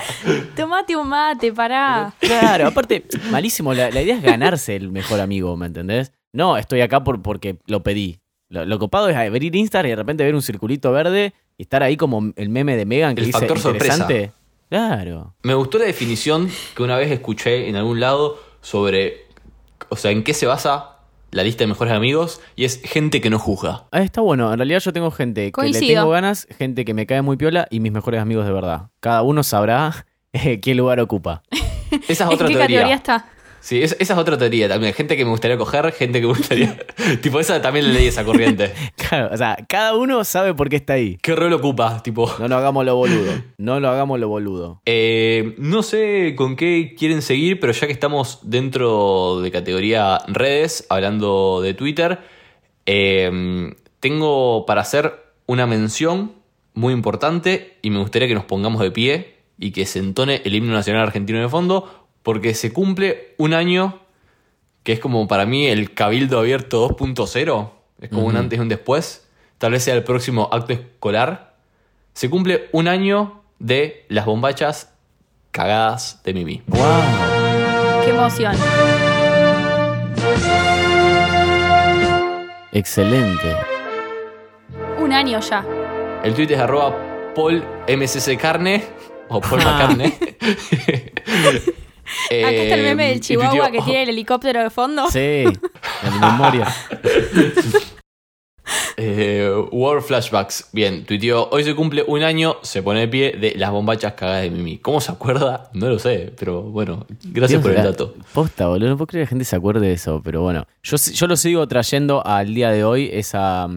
Speaker 2: Tomate un mate, pará.
Speaker 3: Claro, aparte, malísimo. La, la idea es ganarse el mejor amigo, ¿me entendés? No, estoy acá por, porque lo pedí. Lo, lo copado es abrir Instagram y de repente ver un circulito verde y estar ahí como el meme de Megan que
Speaker 1: El
Speaker 3: dice
Speaker 1: factor sorpresa.
Speaker 3: interesante. Claro.
Speaker 1: Me gustó la definición que una vez escuché en algún lado sobre, o sea, en qué se basa la lista de mejores amigos y es gente que no juzga.
Speaker 3: Ah, está bueno. En realidad yo tengo gente que le
Speaker 2: Coincido.
Speaker 3: tengo ganas, gente que me cae muy piola y mis mejores amigos de verdad. Cada uno sabrá (laughs) eh, qué lugar ocupa. (laughs)
Speaker 1: Esa es
Speaker 2: (laughs) ¿En qué
Speaker 1: otra
Speaker 2: categoría
Speaker 1: teoría.
Speaker 2: está?
Speaker 1: Sí, es- esa es otra teoría también. Gente que me gustaría coger, gente que me gustaría... (laughs) tipo, esa también leí esa corriente.
Speaker 3: Claro, o sea, cada uno sabe por qué está ahí.
Speaker 1: (laughs) ¿Qué rol ocupa? Tipo...
Speaker 3: No lo hagamos lo boludo. No lo hagamos lo boludo.
Speaker 1: Eh, no sé con qué quieren seguir, pero ya que estamos dentro de categoría redes, hablando de Twitter, eh, tengo para hacer una mención muy importante y me gustaría que nos pongamos de pie y que se entone el himno nacional argentino de fondo, porque se cumple un año que es como para mí el Cabildo Abierto 2.0, es como un antes y un después, tal vez sea el próximo acto escolar. Se cumple un año de las bombachas cagadas de Mimi.
Speaker 2: Qué emoción.
Speaker 3: Excelente.
Speaker 2: Un año ya.
Speaker 1: El tweet es arroba Paul MSC Carne o Paul
Speaker 3: Ah.
Speaker 1: Carne.
Speaker 2: (laughs) Acá está
Speaker 1: Eh,
Speaker 2: el meme del Chihuahua que tiene el helicóptero de fondo.
Speaker 3: Sí, en memoria.
Speaker 1: (laughs) Eh, War Flashbacks. Bien, tuiteó. Hoy se cumple un año, se pone de pie de las bombachas cagadas de Mimi. ¿Cómo se acuerda? No lo sé, pero bueno, (laughs) gracias
Speaker 3: Dios,
Speaker 1: por el
Speaker 3: la-
Speaker 1: dato.
Speaker 3: Posta, boludo. No puedo creer que la gente se acuerde de eso, pero bueno. Yo, si- yo lo sigo trayendo al día de hoy esa,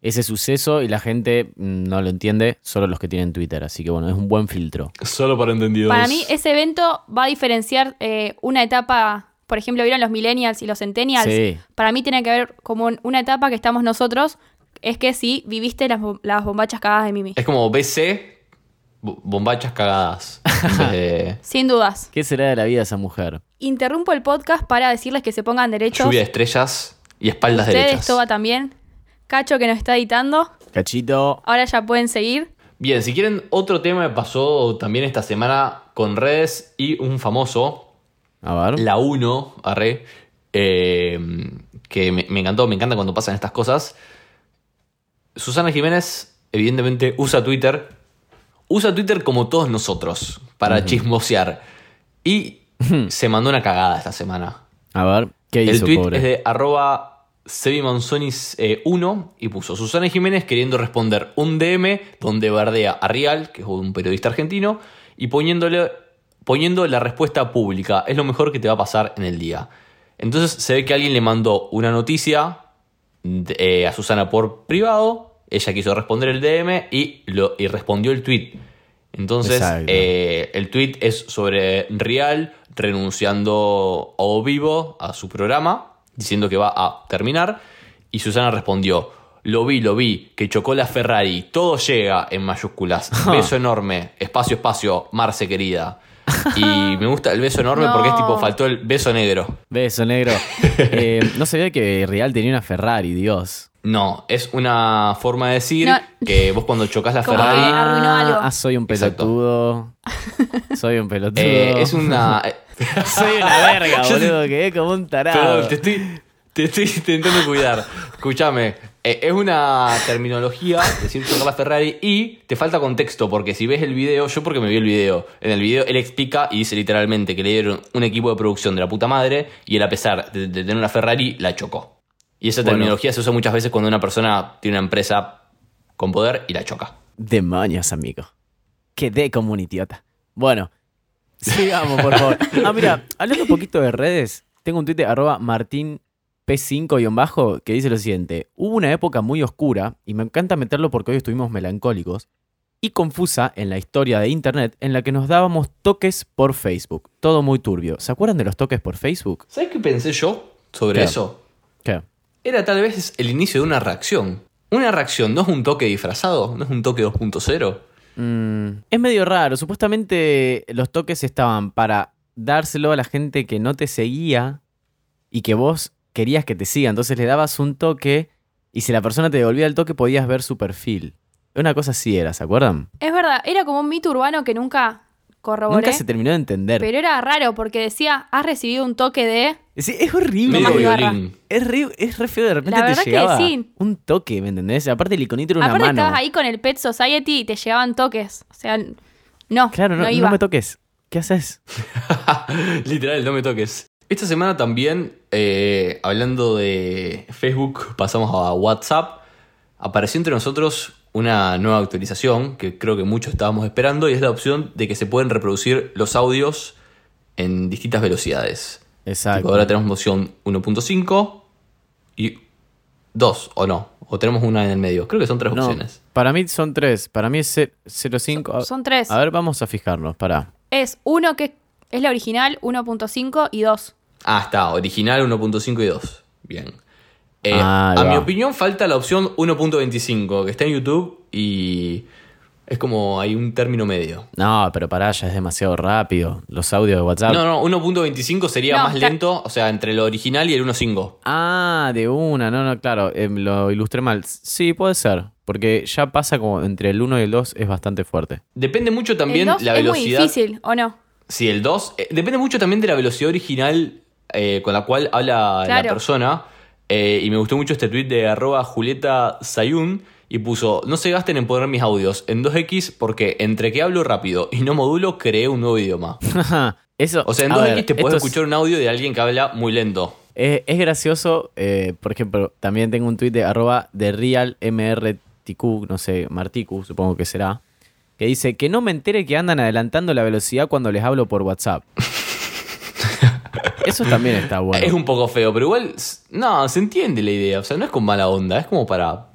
Speaker 3: ese suceso y la gente mm, no lo entiende, solo los que tienen Twitter. Así que bueno, es un buen filtro.
Speaker 1: Solo para entendidos.
Speaker 2: (laughs) Para mí, ese evento va a diferenciar eh, una etapa. Por ejemplo, vieron los millennials y los centennials.
Speaker 3: Sí.
Speaker 2: Para mí tiene que ver como en una etapa que estamos nosotros. Es que sí, viviste las, bo- las bombachas cagadas de Mimi.
Speaker 1: Es como BC, bo- bombachas
Speaker 2: (laughs)
Speaker 1: cagadas. Eh, En vez de
Speaker 2: Sin dudas.
Speaker 3: ¿Qué será de la vida de esa mujer?
Speaker 2: Interrumpo el podcast para decirles que se pongan derechos.
Speaker 1: lluvia de estrellas y espaldas
Speaker 2: Ustedes,
Speaker 1: derechas.
Speaker 2: Toba también. Cacho que nos está editando.
Speaker 3: Cachito.
Speaker 2: Ahora ya pueden seguir.
Speaker 1: Bien, si quieren, otro tema que pasó también esta semana con redes y un famoso,
Speaker 3: A ver.
Speaker 1: la 1, arre, eh, que me, me encantó, me encanta cuando pasan estas cosas. Susana Jiménez, evidentemente, usa Twitter. Usa Twitter como todos nosotros, para chismosear. Y se mandó una cagada esta semana.
Speaker 3: A ver. ¿Qué
Speaker 1: El
Speaker 3: hizo,
Speaker 1: tweet
Speaker 3: pobre?
Speaker 1: es de arroba sebimanzonis1 y puso Susana Jiménez queriendo responder un DM donde bardea a Rial, que es un periodista argentino, y poniéndole, poniendo la respuesta pública. Es lo mejor que te va a pasar en el día. Entonces se ve que alguien le mandó una noticia de- eh, a Susana por privado, ella quiso responder el DM y, lo, y respondió el tweet. Entonces,
Speaker 3: Exacto.
Speaker 1: eh, el tweet es sobre Rial renunciando o vivo a su programa, diciendo que va a terminar. Y Susana respondió: Lo vi, lo vi, que chocó la Ferrari, todo llega en mayúsculas, beso enorme, espacio, espacio, Marce querida. Y me gusta el beso enorme
Speaker 2: No.
Speaker 1: porque es tipo, faltó el beso negro. (laughs)
Speaker 3: Beso, negro. Eh, no sabía que Real tenía una Ferrari, Dios.
Speaker 1: No, es una forma de decir
Speaker 2: No.
Speaker 1: que vos cuando chocas la
Speaker 2: (laughs) Como que
Speaker 1: Ferrari.
Speaker 2: arruinó algo.
Speaker 3: Ah, soy un
Speaker 1: Exacto.
Speaker 3: pelotudo. Soy un pelotudo.
Speaker 1: eh, es una. (laughs) eh,
Speaker 3: Soy una
Speaker 1: (laughs)
Speaker 3: verga,
Speaker 1: Yo te-
Speaker 3: boludo. Quedé como un tarado.
Speaker 1: Perdón, te estoy, te estoy intentando cuidar. Escúchame. eh, es una terminología, decir chocar la Ferrari, y te falta contexto, porque si ves el video, yo porque me vi el video, en el video él explica y dice literalmente que le dieron un equipo de producción de la puta madre y él a pesar de, de tener una Ferrari, la chocó. Y esa
Speaker 3: Bueno.
Speaker 1: terminología se usa muchas veces cuando una persona tiene una empresa con poder y la choca.
Speaker 3: Demonios, amigo. Quedé como un idiota. Bueno, sigamos, por favor. Ah, mira, hablando un poquito de redes, tengo un tuit de arroba martín p5-bajo que dice lo siguiente. Hubo una época muy oscura, y me encanta meterlo porque hoy estuvimos melancólicos, y confusa en la historia de internet en la que nos dábamos toques por Facebook. Todo muy turbio. ¿Se acuerdan de los toques por Facebook?
Speaker 1: ¿Sabes qué pensé yo sobre
Speaker 3: ¿Qué?
Speaker 1: eso?
Speaker 3: ¿Qué?
Speaker 1: Era tal vez el inicio de una reacción. Una reacción no es un toque disfrazado, no es un toque 2.0.
Speaker 3: Mm, es medio raro. Supuestamente los toques estaban para dárselo a la gente que no te seguía y que vos querías que te siga. Entonces le dabas un toque y si la persona te devolvía el toque podías ver su perfil. Una cosa así era, ¿se acuerdan?
Speaker 2: Es verdad, era como un mito urbano que nunca corroboré.
Speaker 3: Nunca se terminó de entender.
Speaker 2: pero era raro porque decía, has recibido un toque de...
Speaker 3: Sí, es horrible.
Speaker 2: Tomás
Speaker 1: Medio
Speaker 2: Ibarra.
Speaker 1: violín.
Speaker 3: Es re, es re feo, de repente
Speaker 2: La
Speaker 3: te
Speaker 2: verdad que
Speaker 3: llegaba
Speaker 2: sí.
Speaker 3: un toque, ¿me entendés? Aparte el iconito era una
Speaker 2: Aparte
Speaker 3: mano.
Speaker 2: estabas ahí con el Pet Society y te llegaban toques. O sea, no,
Speaker 3: Claro, no,
Speaker 2: no
Speaker 3: no
Speaker 2: iba.
Speaker 3: me toques. ¿Qué haces?
Speaker 1: (laughs) Literal, no me toques. Esta semana también, eh, hablando de Facebook, pasamos a WhatsApp. Apareció entre nosotros una nueva actualización que creo que muchos estábamos esperando y es la opción de que se pueden reproducir los audios en distintas velocidades. Tipo,
Speaker 3: Exacto.
Speaker 1: ahora tenemos opción 1.5 y 2, o no. O tenemos una en el medio. Creo que son tres
Speaker 3: No,
Speaker 1: opciones.
Speaker 3: para mí son tres. Para mí es ce- 0.5.
Speaker 2: Son tres.
Speaker 3: A ver, vamos a fijarnos. Pará.
Speaker 2: Es uno que es la original, 1.5 y 2.
Speaker 1: Ah, está, original 1.5 y 2. Bien. Eh,
Speaker 3: Ah, ahí
Speaker 1: a
Speaker 3: va.
Speaker 1: mi opinión falta la opción 1.25, que está en YouTube y es como hay un término medio.
Speaker 3: No, pero pará, ya es demasiado rápido. Los audios de WhatsApp.
Speaker 1: No, no, 1.25 sería
Speaker 2: No,
Speaker 1: más
Speaker 2: está-
Speaker 1: lento, o sea, entre lo original y el 1.5.
Speaker 3: Ah, de una, no, no, claro, em, lo ilustré mal. Sí, puede ser, porque ya pasa como entre el 1 y el 2 es bastante fuerte. (laughs)
Speaker 1: Depende mucho también
Speaker 2: el 2
Speaker 1: la
Speaker 2: es muy
Speaker 1: velocidad.
Speaker 2: difícil, ¿o no?
Speaker 1: Sí, el 2. eh, depende mucho también de la velocidad original eh, con la cual habla
Speaker 2: Claro.
Speaker 1: la persona. Eh, y me gustó mucho este tweet de arroba Julieta Sayun. Y puso, no se gasten en poner mis audios en 2X porque entre que hablo rápido y no modulo creé un nuevo idioma.
Speaker 3: Eso,
Speaker 1: O sea, en
Speaker 3: (laughs) a
Speaker 1: 2X
Speaker 3: ver,
Speaker 1: te puedes
Speaker 3: esto es-
Speaker 1: escuchar un audio de alguien que habla muy lento.
Speaker 3: Es, es gracioso, eh, por ejemplo, también tengo un tuit de arroba de RealMRTQ, no sé, Marticu, supongo que será, que dice que no me entere que andan adelantando la velocidad cuando les hablo por
Speaker 1: (laughs)
Speaker 3: WhatsApp. Eso también está bueno.
Speaker 1: Es un poco feo, pero igual, s- no, se entiende la idea. O sea, no es con mala onda, es como para...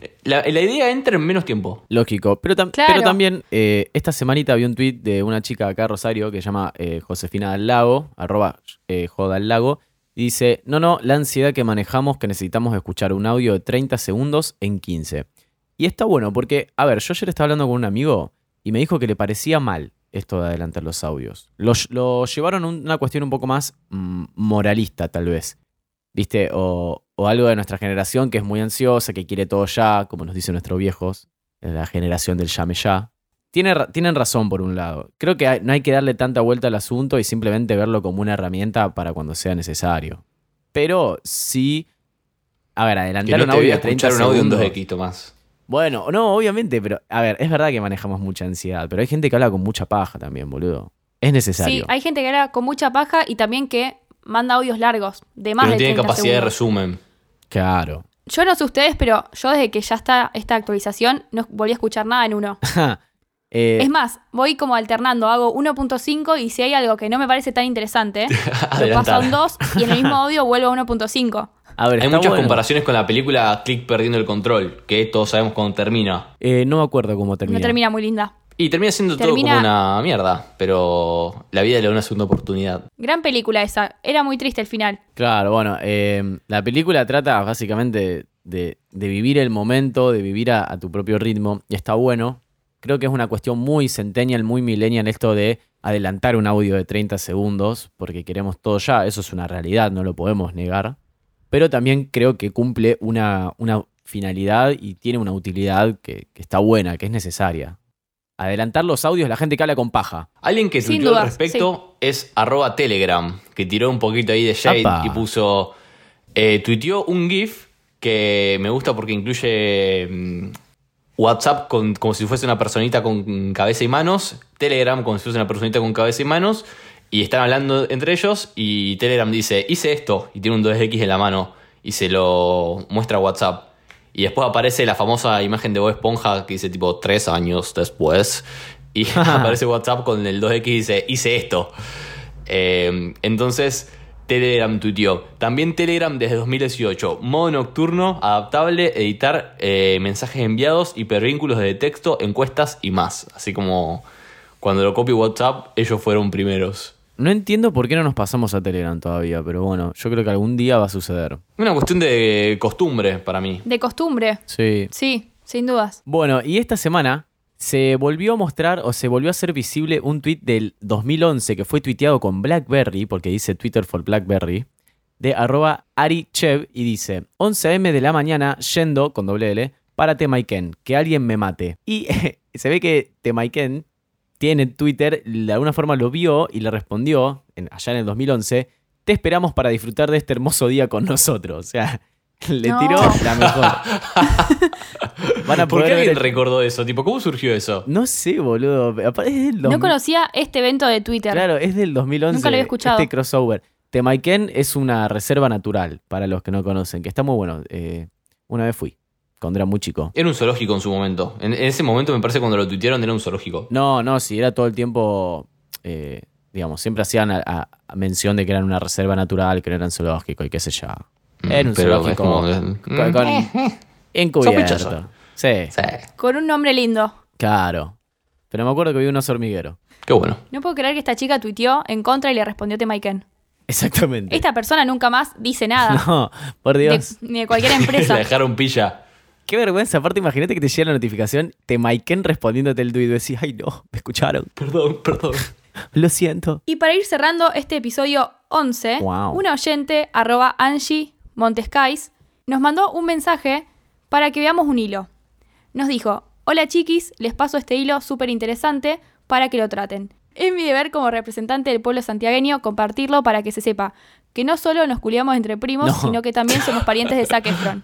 Speaker 1: eh, La, la idea entra en menos tiempo.
Speaker 3: Lógico. Pero, tam-
Speaker 2: Claro.
Speaker 3: pero también, eh, esta semanita vi un tweet de una chica acá, Rosario, que se llama eh, Josefina del Lago, arroba eh, Joda al Lago. y Dice, no, no, la ansiedad que manejamos que necesitamos escuchar un audio de 30 segundos en 15. Y está bueno porque, a ver, yo ayer estaba hablando con un amigo y me dijo que le parecía mal esto de adelantar los audios. Lo, lo llevaron a un- una cuestión un poco más mm, moralista, tal vez. ¿Viste? O, o algo de nuestra generación que es muy ansiosa, que quiere todo ya, como nos dicen nuestros viejos, eh, la generación del llame ya. Tiene ra- tienen razón por un lado. Creo que hay- no hay que darle tanta vuelta al asunto y simplemente verlo como una herramienta para cuando sea necesario. Pero sí... A ver,
Speaker 1: Que
Speaker 3: adelantar
Speaker 1: no
Speaker 3: un
Speaker 1: te voy
Speaker 3: audio
Speaker 1: a
Speaker 3: de 30
Speaker 1: escuchar un audio en
Speaker 3: segundos.
Speaker 1: 2X, Tomás.
Speaker 3: Bueno, no, obviamente, pero a ver, es verdad que manejamos mucha ansiedad, pero hay gente que habla con mucha paja también, boludo. Es necesario.
Speaker 2: Sí, hay gente que habla con mucha paja y también que manda audios largos, de más
Speaker 1: Que no
Speaker 2: de
Speaker 1: tiene
Speaker 2: 30
Speaker 1: capacidad de
Speaker 2: segundos.
Speaker 1: resumen.
Speaker 3: Claro. (laughs)
Speaker 2: Yo no sé ustedes, pero yo desde que ya está esta actualización no volví a escuchar nada en uno.
Speaker 3: Eh,
Speaker 2: Es más, voy como alternando, hago 1.5 y si hay algo que no me parece tan interesante, lo paso a un
Speaker 1: Adelantar.
Speaker 2: 2 y en el mismo audio vuelvo a 1.5.
Speaker 3: a ver,
Speaker 1: Hay
Speaker 3: está
Speaker 1: muchas
Speaker 3: bueno.
Speaker 1: comparaciones con la película Click perdiendo el control, que todos sabemos cuándo termina.
Speaker 3: Eh, no me acuerdo cómo termina.
Speaker 2: No termina muy linda.
Speaker 1: Y termina siendo
Speaker 2: Termina-
Speaker 1: todo como una mierda, pero la vida le da una segunda oportunidad.
Speaker 2: Gran película esa, era muy triste el final.
Speaker 3: Claro, bueno, eh, la película trata básicamente de, de vivir el momento, de vivir a, a tu propio ritmo, y está bueno. Creo que es una cuestión muy centennial, muy millennial esto de adelantar un audio de 30 segundos porque queremos todo ya, eso es una realidad, no lo podemos negar, pero también creo que cumple una, una finalidad y tiene una utilidad que, que está buena, que es necesaria. Adelantar los audios, la gente que habla con paja.
Speaker 1: Alguien que
Speaker 2: Sin
Speaker 1: tuiteó al
Speaker 2: duda,
Speaker 1: respecto es arroba telegram, que tiró un poquito ahí de shade
Speaker 3: Apa.
Speaker 1: y puso. Eh, tuiteó un GIF que me gusta porque incluye mm, WhatsApp con- como si fuese una personita con cabeza y manos, Telegram como si fuese una personita con cabeza y manos, y están hablando entre ellos y Telegram dice, hice esto, y tiene un 2X en la mano, y se lo muestra a WhatsApp. Y después aparece la famosa imagen de Bob Esponja que dice tipo tres años después, y (laughs) aparece WhatsApp con el 2X y dice, hice esto. Eh, entonces, Telegram tuiteó. También Telegram desde 2018. Modo nocturno, adaptable, editar eh, mensajes enviados, hipervínculos de texto, encuestas y más. Así como cuando lo copió WhatsApp, ellos fueron primeros.
Speaker 3: No entiendo por qué no nos pasamos a Telegram todavía, pero bueno, yo creo que algún día va a suceder.
Speaker 1: Una cuestión de costumbre para mí.
Speaker 2: De costumbre.
Speaker 3: Sí.
Speaker 2: Sí, sin dudas.
Speaker 3: Bueno, y esta semana se volvió a mostrar o se volvió a hacer visible un tweet del 2011 que fue tuiteado con BlackBerry, porque dice Twitter for BlackBerry, de arroba Ari Chev y dice 11 am de la mañana yendo, con doble L, para Temaiken, que alguien me mate. Y (laughs) se ve que Temaiken tiene Twitter, de alguna forma lo vio y le respondió, en- allá en el 2011, te esperamos para disfrutar de este hermoso día con nosotros. O sea, (laughs) le
Speaker 2: No.
Speaker 3: tiró la mejor. Van a
Speaker 1: ¿Por
Speaker 3: poder
Speaker 1: qué
Speaker 3: ver
Speaker 1: alguien
Speaker 3: el-
Speaker 1: recordó eso? Tipo, ¿cómo surgió eso?
Speaker 3: no sé, boludo. Aparte es del 2000.
Speaker 2: No conocía este evento de Twitter.
Speaker 3: Claro, es del 2011.
Speaker 2: Nunca lo había escuchado.
Speaker 3: Este crossover. Temaiken es una reserva natural, para los que no conocen, que está muy bueno. Eh, una vez fui, cuando era muy chico.
Speaker 1: Era un zoológico en su momento. En, en ese momento me parece cuando lo tuitearon era un zoológico.
Speaker 3: No, no, si era todo el tiempo, eh, digamos, siempre hacían a- a- a mención de que eran una reserva natural, que no eran zoológico y qué sé yo. Era
Speaker 1: Mm, Pero
Speaker 3: un
Speaker 1: es
Speaker 3: zoológico.
Speaker 1: como-
Speaker 3: con-
Speaker 1: (laughs)
Speaker 3: con- encubierto.
Speaker 1: Sospechoso.
Speaker 3: Sí,
Speaker 1: Mm. Sí.
Speaker 2: Con un nombre lindo.
Speaker 3: claro. Pero me acuerdo que vi un oso hormiguero.
Speaker 1: Qué bueno.
Speaker 2: No puedo creer que esta chica tuiteó en contra y le respondió Temaiken.
Speaker 3: (laughs) Exactamente.
Speaker 2: Esta persona nunca más dice nada.
Speaker 3: (laughs) No, por
Speaker 2: de-
Speaker 3: Dios.
Speaker 2: ni de
Speaker 3: (laughs)
Speaker 2: cualquier
Speaker 1: La (laughs)
Speaker 2: empresa.
Speaker 1: dejaron pilla.
Speaker 3: Qué vergüenza, aparte imagínate que te llega la notificación, te maiquen respondiéndote el tuit y decís, ay no, me escucharon,
Speaker 1: Perdón, perdón.
Speaker 3: lo siento.
Speaker 2: Y para ir cerrando este episodio 11,
Speaker 3: Wow.
Speaker 2: una oyente, arroba Angie Montescais, nos mandó un mensaje para que veamos un hilo. Nos dijo, hola chiquis, les paso este hilo súper interesante para que lo traten. Es mi deber como representante del pueblo santiagueño compartirlo para que se sepa que no solo nos culiamos entre primos,
Speaker 3: No.
Speaker 2: sino que también somos parientes de Zac Efron.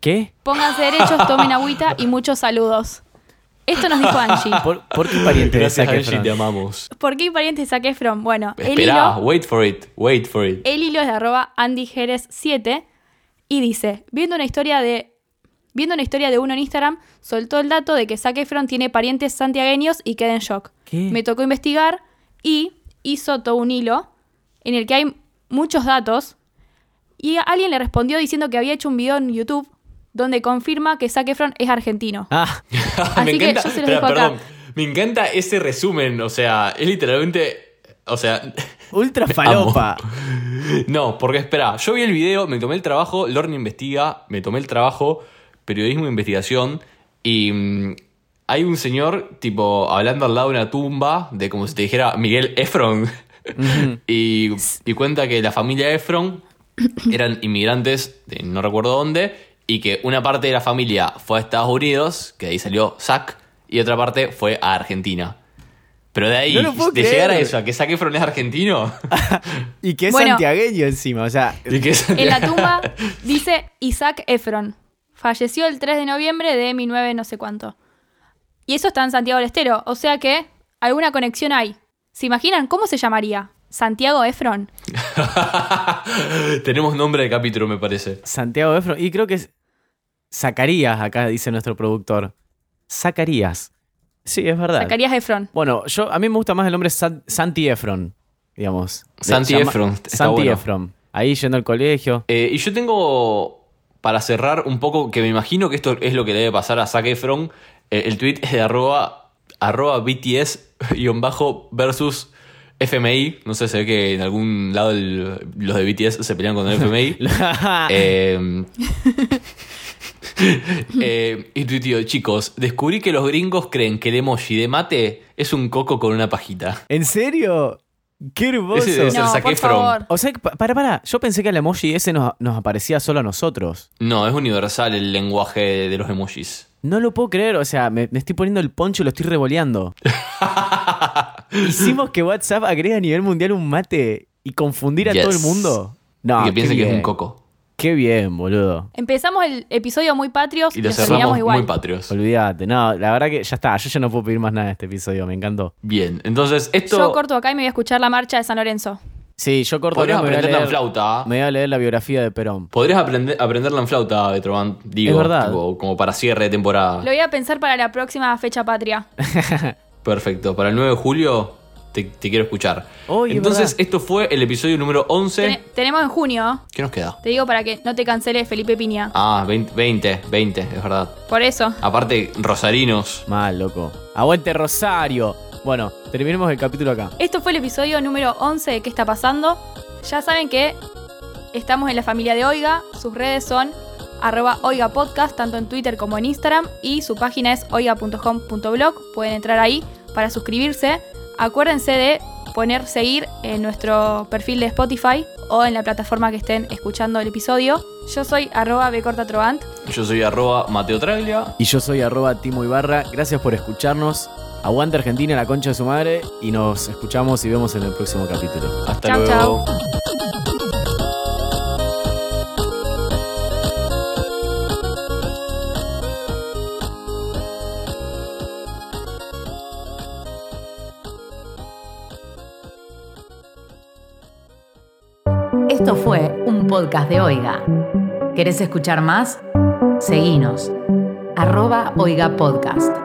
Speaker 3: ¿Qué?
Speaker 2: Pónganse derechos, tomen agüita y muchos saludos. Esto nos dijo Angie.
Speaker 3: ¿Por, por qué pariente de
Speaker 1: Gracias,
Speaker 3: Zac
Speaker 1: Angie,
Speaker 3: Efron?
Speaker 1: te amamos.
Speaker 2: ¿Por qué parientes de Zac Efron? Bueno, el
Speaker 1: Esperá,
Speaker 2: hilo Eh,
Speaker 1: wait for it, wait for (laughs) it.
Speaker 2: El hilo es de arroba andyjeres7 y dice, viendo una historia de... Viendo una historia de uno en Instagram, soltó el dato de que Zac Efron tiene parientes santiagueños y queda en shock.
Speaker 3: ¿Qué?
Speaker 2: Me tocó investigar y hizo todo un hilo en el que hay muchos datos y alguien le respondió diciendo que había hecho un video en YouTube donde confirma que Zac Efron es argentino.
Speaker 3: Ah,
Speaker 2: Así que yo se los
Speaker 1: Esperá,
Speaker 2: dejo acá.
Speaker 1: perdón. Me encanta ese resumen, o sea, es literalmente, o sea,
Speaker 3: (laughs) ultra falopa.
Speaker 1: (laughs) no, porque espera, yo vi el video, me tomé el trabajo, Lorne investiga, me tomé el trabajo, periodismo e investigación y mm, hay un señor tipo hablando al lado de una tumba de como si te dijera Miguel Efron. (laughs) y, y cuenta que la familia Efron
Speaker 2: (coughs)
Speaker 1: eran inmigrantes de no recuerdo dónde y que una parte de la familia fue a Estados Unidos, que de ahí salió Zack, y otra parte fue a Argentina. Pero de ahí,
Speaker 3: No lo puedo
Speaker 1: de llegar a
Speaker 3: creer.
Speaker 1: eso, a que Zac Efron es argentino.
Speaker 3: (laughs) Y que es
Speaker 2: Bueno.
Speaker 3: santiagueño encima, o sea,
Speaker 1: y que es-
Speaker 2: En la tumba dice Isaac Efron. Falleció el 3 de noviembre de 19 no sé cuánto. Y eso está en Santiago del Estero, o sea que alguna conexión hay. ¿Se imaginan cómo se llamaría? Santiago Efron.
Speaker 1: (laughs) Tenemos nombre de capítulo, me parece.
Speaker 3: Santiago Efron. Y creo que es Zacarías, acá dice nuestro productor. Zacarías. Sí, es verdad.
Speaker 2: Zacarías Efron.
Speaker 3: Bueno, yo, a mí me gusta más el nombre San- Santi Efron, digamos. De-
Speaker 1: Santi
Speaker 3: llama-
Speaker 1: Efron, está
Speaker 3: Santi
Speaker 1: bueno.
Speaker 3: Efron. Ahí yendo al (laughs) colegio.
Speaker 1: Eh, y yo tengo, para cerrar un poco, que me imagino que esto es lo que le debe pasar a Zac Efron. eh, el tweet es de arroba, arroba BTS-bajo versus FMI. No sé, se ve que en algún lado el- los de BTS se pelean con el FMI. Eh, Em, Eh, y tu tío, chicos, descubrí que los gringos creen que el emoji de mate es un coco con una pajita.
Speaker 3: ¿En serio? ¡Qué hermoso!
Speaker 1: Ese es el
Speaker 2: No,
Speaker 1: Zac
Speaker 2: por
Speaker 1: Efron.
Speaker 2: favor.
Speaker 3: O sea, que pa- para, para, yo pensé que el emoji ese nos, nos aparecía solo a nosotros.
Speaker 1: No, es universal el lenguaje de los emojis.
Speaker 3: No lo puedo creer, o sea, me, me estoy poniendo el poncho y lo
Speaker 1: (laughs)
Speaker 3: estoy revoleando. Hicimos que WhatsApp agregue a nivel mundial un mate y confundir a
Speaker 1: Yes.
Speaker 3: todo el mundo. No,
Speaker 1: y que
Speaker 3: qué
Speaker 1: piensen que es
Speaker 3: bien.
Speaker 1: un coco.
Speaker 3: Qué bien, boludo.
Speaker 2: Empezamos el episodio muy patrios
Speaker 1: Y
Speaker 2: y
Speaker 1: lo
Speaker 2: lo
Speaker 1: cerramos
Speaker 2: terminamos igual.
Speaker 1: muy patrios.
Speaker 3: Olvídate, no, la verdad que ya está, yo ya no puedo pedir más nada de este episodio, me encantó.
Speaker 1: Bien, entonces esto...
Speaker 2: Yo corto acá y me voy a escuchar la marcha de San Lorenzo.
Speaker 3: Sí, yo corto
Speaker 1: Podrías
Speaker 3: acá, me voy a
Speaker 1: aprender la
Speaker 3: leer-
Speaker 1: flauta.
Speaker 3: me voy a leer la biografía de Perón.
Speaker 1: Podrías aprender, aprenderla en flauta, Betroban. Digo,
Speaker 3: Es verdad.
Speaker 1: tipo, como para cierre de temporada.
Speaker 2: Lo voy a pensar para la próxima fecha patria.
Speaker 1: Perfecto. Para el 9 de julio te, te quiero escuchar.
Speaker 3: Oye, es
Speaker 1: Entonces,
Speaker 3: verdad.
Speaker 1: esto fue el episodio número 11.
Speaker 2: Tene- tenemos en junio, ¿eh?
Speaker 1: ¿Qué nos queda?
Speaker 2: te digo para que no te cancele Felipe Piña.
Speaker 1: Ah, 20, 20, 20, es verdad.
Speaker 2: Por eso.
Speaker 1: Aparte, Rosarinos.
Speaker 3: Mal, loco. Aguante Rosario. Bueno, terminemos el capítulo acá.
Speaker 2: Esto fue el episodio número 11 de ¿Qué está pasando? Ya saben que estamos en la familia de Oiga. Sus redes son arroba Oiga Podcast, tanto en Twitter como en Instagram. Y su página es oiga.com.blog. Pueden entrar ahí para suscribirse. Acuérdense de poner seguir en nuestro perfil de Spotify o en la plataforma que estén escuchando el episodio. Yo soy arroba bcortatrovant.
Speaker 1: Yo soy arroba Mateo Traglia.
Speaker 3: Y yo soy arroba Timo Ibarra. Gracias por escucharnos. Aguante Argentina, la concha de su madre. Y nos escuchamos y vemos en el próximo capítulo.
Speaker 1: Hasta
Speaker 2: Chau,
Speaker 1: luego.
Speaker 2: chau.
Speaker 4: Esto fue un podcast de Oiga. ¿Querés escuchar más? Seguinos. Arroba Oiga Podcast.